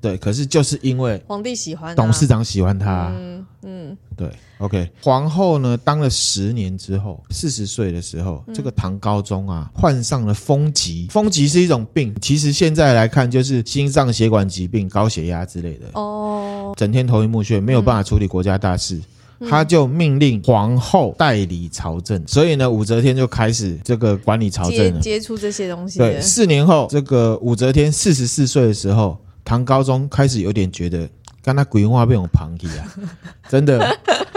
S1: 对，可是就是因为
S2: 皇帝喜欢啊
S1: 董事，长喜欢她。
S2: 嗯嗯，
S1: 对，OK，皇后呢当了十年之后，四十岁的时候，
S2: 嗯
S1: 这个唐高宗啊患上了风疾。风疾是一种病，其实现在来看就是心脏血管疾病、高血压之类的，
S2: 哦，
S1: 整天头晕目眩，没有
S2: 嗯
S1: 办法处理国家大事。他就命令皇后代理朝政，所以呢，武则天就开始这个管理朝
S2: 接
S1: 政了。
S2: 接触这些东西的，
S1: 对，四年后，这个武则天四十四岁的时候，唐高宗开始有点觉得，刚他鬼话被我旁击 啊，真的。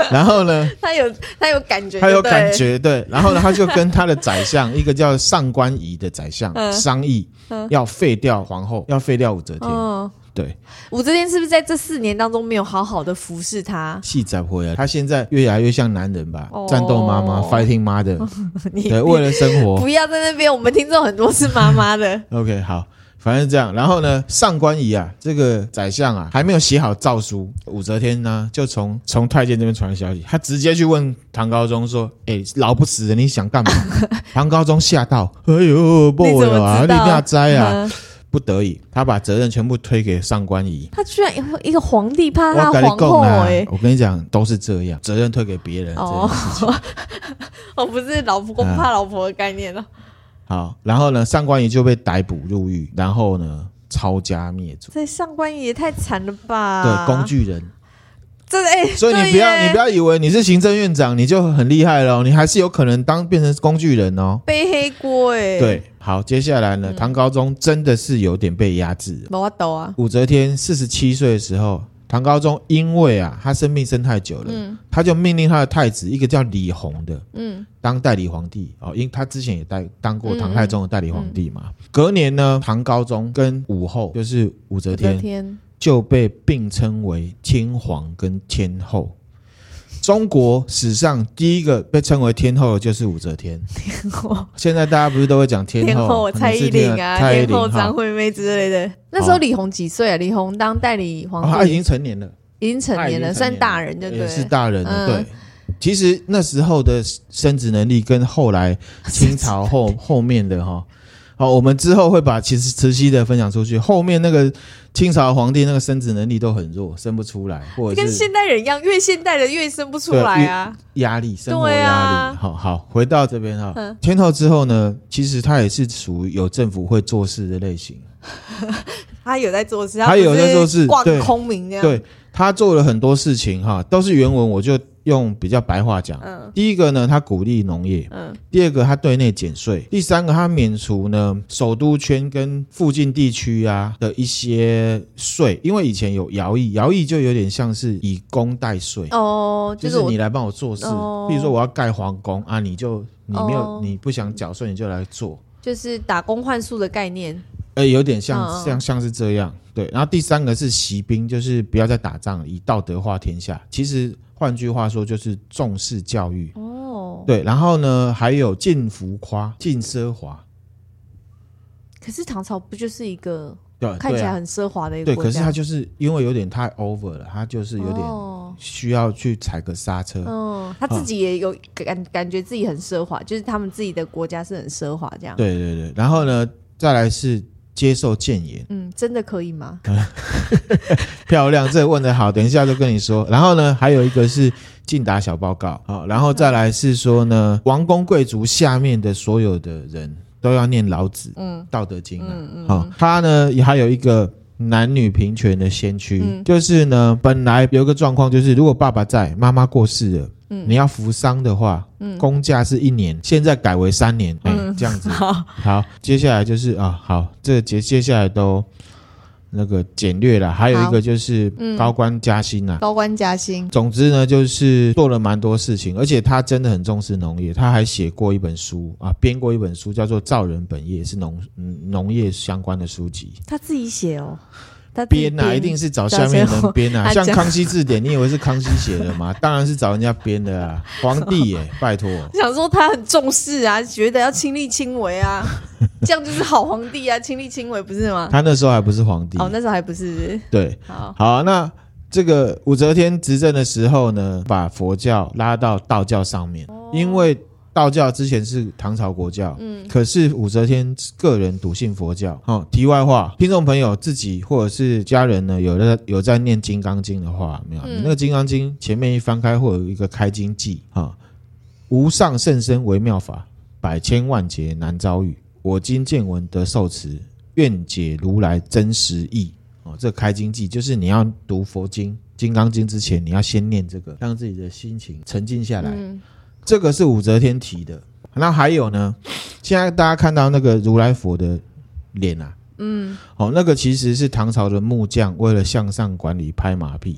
S1: 然后呢，
S2: 他有他有感觉，
S1: 他有
S2: 对
S1: 感，觉，对，然后呢，他就跟他的宰相，一 个叫上官仪的宰相
S2: 嗯
S1: 商议，要废掉皇后，要废掉武则天。
S2: 嗯，
S1: 对，
S2: 武则天是不是在这四年当中没有好好的服 侍他？
S1: 戏仔回来，他现在越来越像男人吧，
S2: 哦
S1: 战斗妈妈，fighting mother，
S2: 你
S1: 对，为了生活。
S2: 不要在那边，我们听众很多是妈 妈的，
S1: OK，好。反正这样，然后呢，上官仪啊，这个宰相啊，还没有写好诏书，武则天呢就从从太监这边传来消息，他直接去问唐高宗说：“哎、老不死人，你想 干嘛？”唐高宗吓到，哎呦，不
S2: 你怎
S1: 了
S2: 么
S1: 啊，
S2: 知
S1: 你
S2: 道？
S1: 大灾啊！
S2: 嗯
S1: 不得已，他把责任全部推给上官仪。
S2: 他居然有一个皇帝怕他
S1: 我跟你
S2: 皇
S1: 讲
S2: 后
S1: 啊
S2: 哎，，
S1: 我跟你讲，都是这样，责任推给别人。
S2: 哦
S1: 哦，
S2: 哦，不是老婆
S1: 嗯
S2: 怕老婆的概念哦，
S1: 好，然后呢，上官仪就被逮捕入狱，然后呢，抄家灭族。
S2: 这上官仪也太惨了吧？
S1: 对，工，具 人，
S2: 真的哎，
S1: 所以你不要
S2: 啊对耶
S1: 你不要以为你是行政院长你就很厉害了哦，你还是有可能当变成工具人哦。
S2: 背黑锅哎，，
S1: 对，好，接下来
S2: 嗯
S1: 呢，唐高宗真的是有点被压制了。
S2: 没法抖啊，
S1: 武则天四十七岁的时候，唐高宗因为啊他生病生太久了，
S2: 嗯
S1: 他就命令他的太子一个叫李弘的，
S2: 嗯，
S1: 当代理皇帝哦，因为他之前也代当过唐太宗的代理皇帝嘛。
S2: 嗯
S1: 隔年呢，唐高宗跟武后，就是武则
S2: 武则
S1: 天，
S2: 天，
S1: 就被并称为天皇跟天后。中国史上第一个被称为天后的就是武则天。现在大家不是都会讲天后？
S2: 天后
S1: 可能
S2: 蔡
S1: 是
S2: 依
S1: 天
S2: 林
S1: 后
S2: 啊，
S1: 蔡依
S2: 天
S1: 林
S2: 后
S1: 哈
S2: 张惠妹之类的。那时候李红几岁啊？李红当代理
S1: 哦她
S2: 皇
S1: 已
S2: 帝，
S1: 经成年了，
S2: 已经成
S1: 她已经
S2: 年了，
S1: 成年
S2: 算大人就对
S1: 也
S2: 了。
S1: 是大人了。
S2: 嗯
S1: 对，其实那时候的生殖能力跟后来清朝 后后面的哈，好，我们之后会把其实慈禧的分享出去。后面那个清朝皇帝那个生殖能力都很弱，生不出来，或者
S2: 跟
S1: 是
S2: 现代人一样，越现代的越生不出来啊。
S1: 压力，生活压
S2: 对
S1: 力。
S2: 啊
S1: 好好，回到这边哈，
S2: 嗯
S1: 天后之后呢，其实她也是属于有政府会做事的类型。
S2: 他有在做事，
S1: 他有在做事
S2: 不是
S1: 对
S2: 逛空明这样。
S1: 对，她做了很多事情哈，都是原文，我就用比较白话讲，
S2: 嗯
S1: 第一个呢，他鼓励农业；
S2: 嗯
S1: 第二个，他对内减税；第三个，他免除呢首都圈跟附近地区啊的一些税，因为以前有徭役，徭役就有点像是以工代税。
S2: 哦，
S1: 就是
S2: 是我
S1: 你来帮我做事，
S2: 哦
S1: 比如说我要盖皇宫啊，你就你没有、
S2: 哦
S1: 你不想缴税，你就来做，
S2: 就是打工换宿的概念，
S1: 呃，有点像、
S2: 嗯嗯
S1: 像像是这样，对。然后第三个是习兵，就是不要再打仗了，以道德化天下。其实换句话说，就是重视教育，
S2: 哦。
S1: 对。然后呢，还有尽浮夸、尽奢华，
S2: 可是唐朝不就是一个
S1: 对，对啊
S2: 看起来很奢华的一个
S1: 对。
S2: 国
S1: 可是
S2: 家
S1: 他就是因为有点太 over 了，他就是有点
S2: 哦
S1: 需要去踩个刹车，
S2: 嗯，他自己也有感感觉自己很奢华，就是他们自己的国家是很奢华这样。
S1: 对对对。然后呢，再来是接受谏言。
S2: 嗯，真的可以吗？
S1: 漂亮，这问的好，等一下就跟你说。然后呢，还有一个是竞答小报告，好、然后再来是说呢，王公贵族下面的所有的人都要念老子，嗯，《道德经》啊，
S2: 嗯
S1: 好、他呢也还有一个。男女平权的先驱，
S2: 嗯
S1: 就是呢，本来有一个状况，就是如果爸爸在，妈妈过世了，
S2: 嗯
S1: 你要扶丧的话，公假是一年，现在改为三年，哎、这样子。
S2: 嗯 好
S1: 好，接下来就是啊，好，这接接下来都那个简略了，还有一
S2: 好嗯
S1: 个就是高官加薪啊。
S2: 高官加薪，
S1: 总之呢，就是做了蛮多事情，而且他真的很重视农业。他还写过一本书啊，编过一本书，叫做《造人本业》，是农嗯农业相关的书籍。
S2: 他自己写哦，他自己
S1: 编啊，一定是找下面人编啊，
S2: 找谁
S1: 像
S2: 我
S1: 《康熙字典》，你以为是康熙写的 吗？当然是找人家编的啊，皇帝耶，拜 托。
S2: 我想说他很重视啊，觉得要亲力亲为 啊，这样就是好皇帝啊，亲力亲为不是吗？
S1: 他那时候还不是皇帝，
S2: 哦，那时候还不是
S1: 对，
S2: 好，
S1: 好，那这个武则天执政的时候呢，把佛教拉到道教上面，
S2: 哦
S1: 因为道教之前是唐朝国教，嗯，可是武则天个人笃信佛教。哦，题外话，听众朋友自己或者是家人呢，有在有在念《金刚经》的话，没有？
S2: 嗯
S1: 你那个《金刚经》前面一翻开，会有一个开经记啊、无上甚深微妙法，百千万劫难遭遇。我今见闻得受持，愿解如来真实义。哦，这开经记就是你要读佛经《金刚经》之前，你要先念这个，让自己的心情沉静下来。
S2: 嗯，
S1: 这个是武则天提的。那还有呢，现在大家看到那个如来佛的脸啊，嗯，哦，那个其实是唐朝的木匠为了向上管理拍马屁，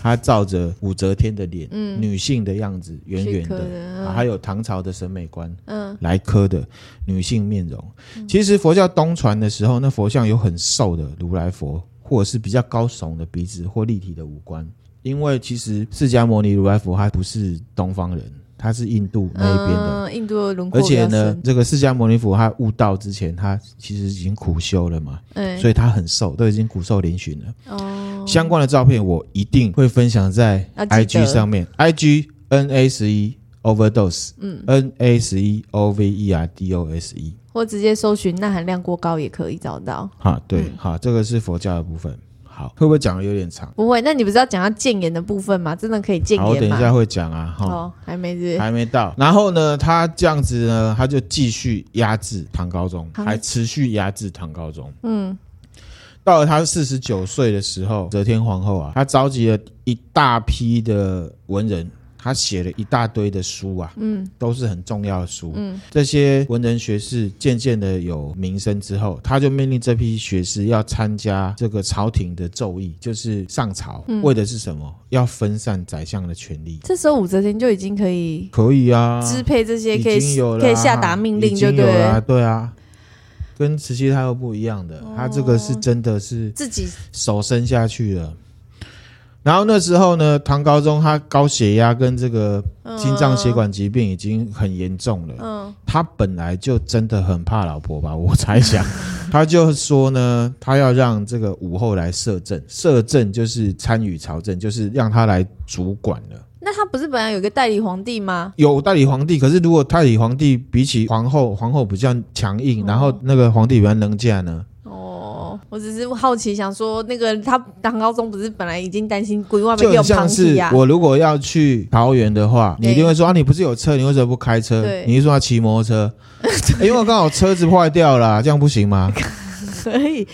S1: 他照着武则天的脸，嗯，女性的样子，圆圆
S2: 去刻
S1: 的，
S2: 的
S1: 啊还有唐朝的审美观
S2: 嗯
S1: 来刻的女性面容。其实佛教东传的时候，那佛像有很瘦的如来佛，或者是比较高耸的鼻子或立体的五官。因为其实释迦牟尼如来佛他不是东方人，他是印度那一边的。
S2: 嗯，印度的轮廓
S1: 而
S2: 比较
S1: 且
S2: 深，
S1: 呢，这个释迦牟尼佛他悟道之前，他其实已经苦修了嘛，
S2: 哎，
S1: 所以他很瘦，都已经骨瘦嶙峋了。
S2: 哦，
S1: 相关的照片我一定会分享在
S2: 要记
S1: IG
S2: 得
S1: 上面，IG N A 十一 Overdose，嗯，N A 十一 O V E R D O S E，
S2: 或直接搜寻钠含量过高也可以找到。
S1: 哈，对，
S2: 嗯
S1: 好，这个是佛教的部分。好，会不会讲的有点长？
S2: 不会，那你不是要讲到谏言的部分吗？真的可以谏
S1: 好，我
S2: 言
S1: 等一
S2: 吗？
S1: 下会讲啊，哈，
S2: 哦，还没是
S1: 还没到。然后呢，他这样子呢，他就继续压制唐高宗，
S2: 唐
S1: 还持续压制唐高宗。嗯，到了他四十九岁的时候，则天皇后啊，她召集了一大批的文人。她写了一大堆的书啊，嗯，都是很重要的书。嗯，这些文人学士渐渐的有名声之后，他就命令这批学士要参加这个朝廷的奏议，就是上朝，为的是什么？要分散宰相的权力。
S2: 这时候武则天就已经可以
S1: 可以啊，
S2: 支配这些，
S1: 已
S2: 可以
S1: 经有了啊、
S2: 可以下达命令，
S1: 已
S2: 就
S1: 经
S2: 对
S1: 有了啊，
S2: 了。
S1: 对啊，跟慈禧太后不一样
S2: 哦
S1: 的，她这个是真的是
S2: 自己
S1: 手伸下去了。然后那时候呢，唐高宗他高血压跟这个
S2: 嗯
S1: 心脏血管疾病已经很严重了。嗯，他本来就真的很怕老婆吧，我猜想，他就说呢，他要让这个武后来摄政，摄政就是参与朝政，就是让他来主管了。
S2: 那他不是本来有一个代理皇帝吗？
S1: 有代理皇帝，可是如果代理皇帝比起皇后，皇后比较强硬，
S2: 嗯
S1: 然后那个皇帝比较能嫁呢？
S2: 哦，我只是好奇，想说那个他唐高宗不是本来已经担心规划被
S1: 就
S2: 用
S1: 很像
S2: 旁系
S1: 是
S2: 呀？
S1: 我如果要去桃园的话，你
S2: 对
S1: 一定会说啊，你不是有车，你为什么不开车
S2: 对？
S1: 你是说要骑摩托 车？因为我刚好车子坏掉了，这样不行吗？
S2: 可以，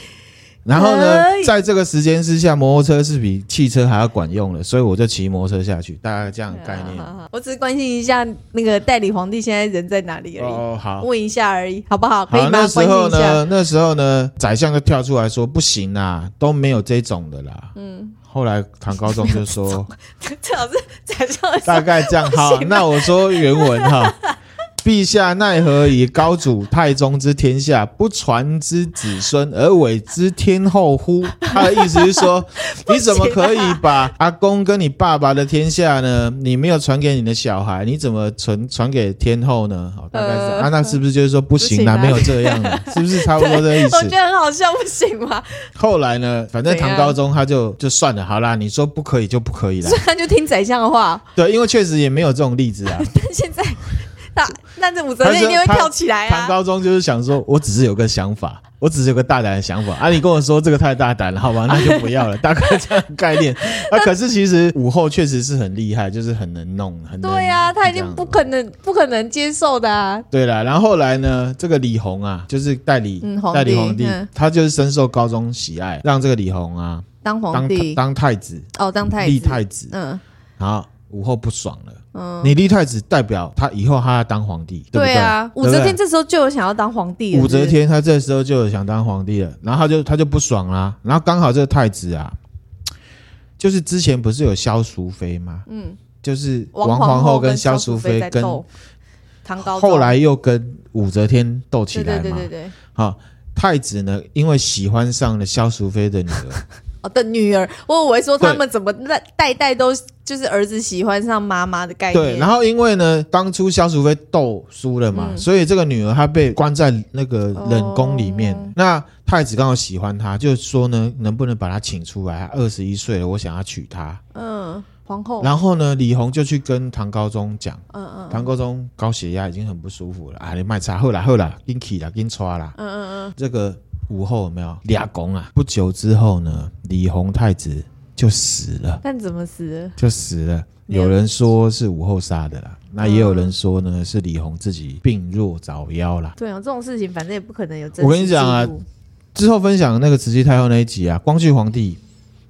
S1: 然后呢
S2: 哎，
S1: 在这个时间之下，摩托车是比汽车还要管用的，所以我就骑摩托车下去，大概这样的概念
S2: 好。好好 我只是关心一下那个代理皇帝现在人在哪里而已，
S1: 哦，好，
S2: 问一下而已，好不好？可以
S1: 好，
S2: 吗？
S1: 那
S2: 关
S1: 时
S2: 心
S1: 候
S2: 一下。
S1: 呢，那时候呢，宰相就跳出来说不行啦，都没有这种的啦。嗯，后来唐高宗就 说
S2: 最好是宰相的时候
S1: 大概 这样，好，那我说原文哈。陛下奈何以高祖太宗之天下不传之子孙而委之天后乎？他的意思是 说，
S2: 啊
S1: 你怎么可以把阿公跟你爸爸的天下呢？你没有传给你的小孩，你怎么传传给天后呢？好，大概是这样、
S2: 呃
S1: 啊，那是不是就是说不行啦，
S2: 不行
S1: 没
S2: 啊
S1: 有这样 的，是不是差不多这个意思？
S2: 我觉得啊很好笑，不行 吗？
S1: 后来呢，反正
S2: 怎样
S1: 唐高宗他就就算了，好啦，你说不可以就不可以啦
S2: 所。以他就听宰相的话，
S1: 对，因为确实也没有这种例子啊。
S2: 但现在那那这武则
S1: 他
S2: 天
S1: 是
S2: 一定会
S1: 他
S2: 跳起来
S1: 唐
S2: 啊！
S1: 高宗就是想说，我只是有个想法，我只是有个大胆的想法啊！你跟我说这个太大胆了， 好吧，那就不要了，大概这样的概念。啊，可是其实武后确实是很厉害，就是很能弄，很能
S2: 对呀、啊，他一
S1: 嗯这
S2: 定
S1: 样
S2: 不可能不可能接受的啊！
S1: 对啦，然后后来呢，这个李弘啊，就是代理、
S2: 嗯皇帝
S1: 代理皇帝，
S2: 嗯
S1: 他就是深受高宗喜爱，让这个李弘啊
S2: 当皇
S1: 当
S2: 帝
S1: 当太子，
S2: 哦，当太
S1: 立
S2: 子，
S1: 太子，
S2: 嗯，
S1: 然后武后不爽了。嗯，你立太子代表他以后他要当皇帝，对不对
S2: 啊，武
S1: 对
S2: 则
S1: 不对
S2: 天这时候就有想要当皇帝了，
S1: 武则
S2: 是不是
S1: 天她这时候就有想当皇帝了，然后她就她就不爽啦，然后刚好这个太子啊，就是之前不是有萧淑妃吗？嗯，就是王皇
S2: 皇
S1: 后跟
S2: 跟
S1: 萧淑
S2: 淑
S1: 妃
S2: 在
S1: 跟
S2: 斗唐高宗
S1: 后来又跟武则天斗起
S2: 对
S1: 来
S2: 对
S1: 嘛。
S2: 对对对，
S1: 好、太子呢，因为喜欢上了萧淑妃的女儿，
S2: 哦的女儿，我以为说他
S1: 对
S2: 们怎么代代代都就是儿子喜欢上妈妈的概念，
S1: 对，然后因为呢，当初萧淑妃斗输了嘛，
S2: 嗯
S1: 所以这个女儿她被关在那个冷宫里面。
S2: 哦
S1: 那太子刚好喜欢她，就说呢，能不能把她请出来？她二十一岁了，我想要娶她。
S2: 嗯，皇后，
S1: 然后呢，李弘就去跟唐高宗讲，
S2: 嗯嗯
S1: 唐高宗高血压已经很不舒服了啊，你卖茶，后啦后啦，给起啦，给抓啦。
S2: 嗯嗯
S1: 这个武后有没有俩公啊？不久之后呢，李弘太子就死
S2: 嗯
S1: 了，，
S2: 但怎么死？
S1: 就死了。
S2: 没有嗯
S1: 有人说是武后杀的啦，那也有人说呢是李弘自己病弱早夭啦。
S2: 对啊，这种事情反正也不可能有真实
S1: 我跟你讲啊
S2: 记录
S1: 之后分享那个慈禧太后那一集啊，光绪皇帝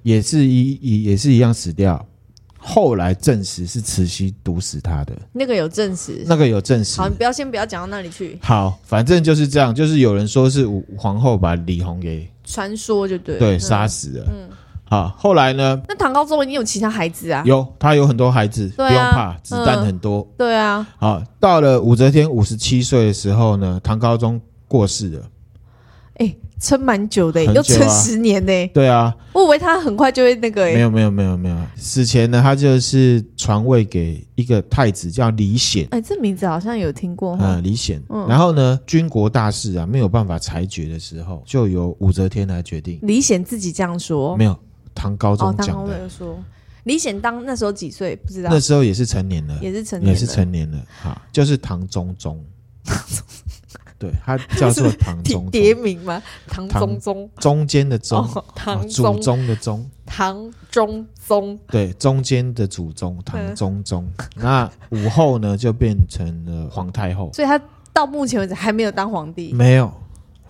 S1: 也是一一也是一样死掉，后来证实是慈禧毒死他的，
S2: 那个有证实。
S1: 那个有证实。
S2: 好，你不要先不要讲到那里去，
S1: 好，反正就是这样，就是有人说是武皇后把李弘给
S2: 传说就对了。
S1: 对
S2: 嗯
S1: 杀死了。嗯，好，后来呢，
S2: 那唐高宗一定有其他孩子啊？
S1: 有他有很多孩子，
S2: 对啊
S1: 不用怕，子弹
S2: 嗯
S1: 很多。
S2: 对啊，
S1: 好，到了武则天五十七岁的时候呢，唐高宗过世了。
S2: 哎，撑蛮久的，欸
S1: 很久啊
S2: 又撑十年呢。
S1: 对啊，
S2: 我以为他很快就会那个
S1: 没
S2: 哎，
S1: 有没有没有没有，死前呢，他就是传位给一个太子叫李显。
S2: 哎，这名字好像有听过哈。
S1: 嗯，李显。
S2: 嗯
S1: 然后呢，军国大事啊，没有办法裁决的时候，就由武则天来决定。
S2: 李显自己这样说，
S1: 没有，唐高
S2: 哦
S1: 宗，
S2: 唐
S1: 讲
S2: 高
S1: 的。
S2: 宗有说，李显当那时候几岁不知道
S1: 那，时候也是成年了，
S2: 也是成年
S1: 也
S2: 了
S1: 是成年了，哈，就是唐中宗，对，他叫做唐
S2: 挺
S1: 中
S2: 别
S1: 宗，
S2: 名嘛，唐
S1: 唐
S2: 宗宗，
S1: 中间的中，
S2: 哦，
S1: 啊
S2: 唐
S1: 祖
S2: 宗，
S1: 宗的宗，
S2: 唐中宗，
S1: 对，中间的祖宗唐中宗。 那武后呢，就变成了皇太 后，
S2: 所以他到目前为止还没有当皇帝，
S1: 没有，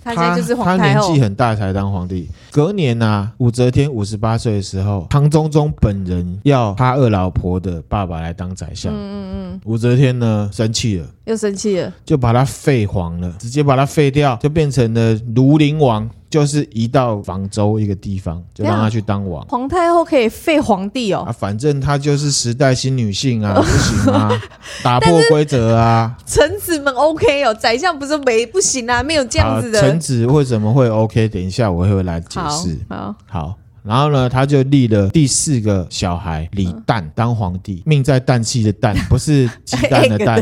S2: 他现在就是
S1: 嗯
S2: 皇
S1: 他
S2: 太
S1: 年
S2: 后
S1: 纪。很大才当皇帝。隔年啊，武则天五十八岁的时候，唐中宗本人要他二老婆的爸爸来当宰相，嗯嗯嗯，武则天呢生气了。
S2: 又生气了，
S1: 就把它废皇了，直接把它废掉，就变成了庐陵王，就是移到房州一个地方，就让他去当王
S2: 皇太后可以废皇帝哦
S1: 啊。，反正她就是时代新女性 啊，不行啊，打破规则啊。
S2: 臣子们 OK 哦，宰相不是没不行啊，没有 这样子的。
S1: 啊臣子为什么会 OK？等一下我会来解
S2: 好
S1: 释。
S2: 好，
S1: 好。然后呢，他就立了第四个小孩李旦当皇帝，命在旦夕的 旦，不是鸡蛋的蛋。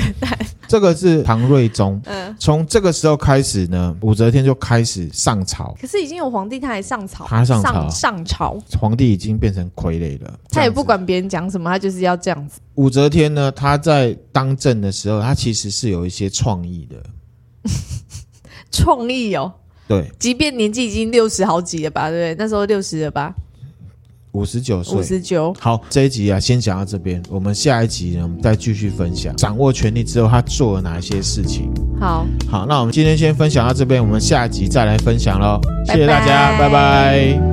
S1: 这个是唐睿宗。
S2: 嗯，
S1: 从这个时候开始呢，武则天就开始上朝，
S2: 可是已经有皇帝，他还上朝，
S1: 他上朝
S2: 上上朝，
S1: 皇帝已经变成傀儡了，这
S2: 他也
S1: 样子
S2: 不。管别人讲什么，他就是要这样子。
S1: 武则天呢，她在当政的时候，她其实是有一些创意的，
S2: 创意哦，
S1: 对，
S2: 即便年纪已经六十好几了吧，对不对？那时候六十了吧，
S1: 五十九
S2: 五
S1: 岁。
S2: 十九。
S1: 好，这一集啊，先讲到这边，我们下一集呢，我们再继续分享掌握权力之后，她做了哪一些事情。
S2: 好，
S1: 好，那我们今天先分享到这边，我们下集再来分享喽。谢谢大家，拜
S2: 拜拜
S1: 拜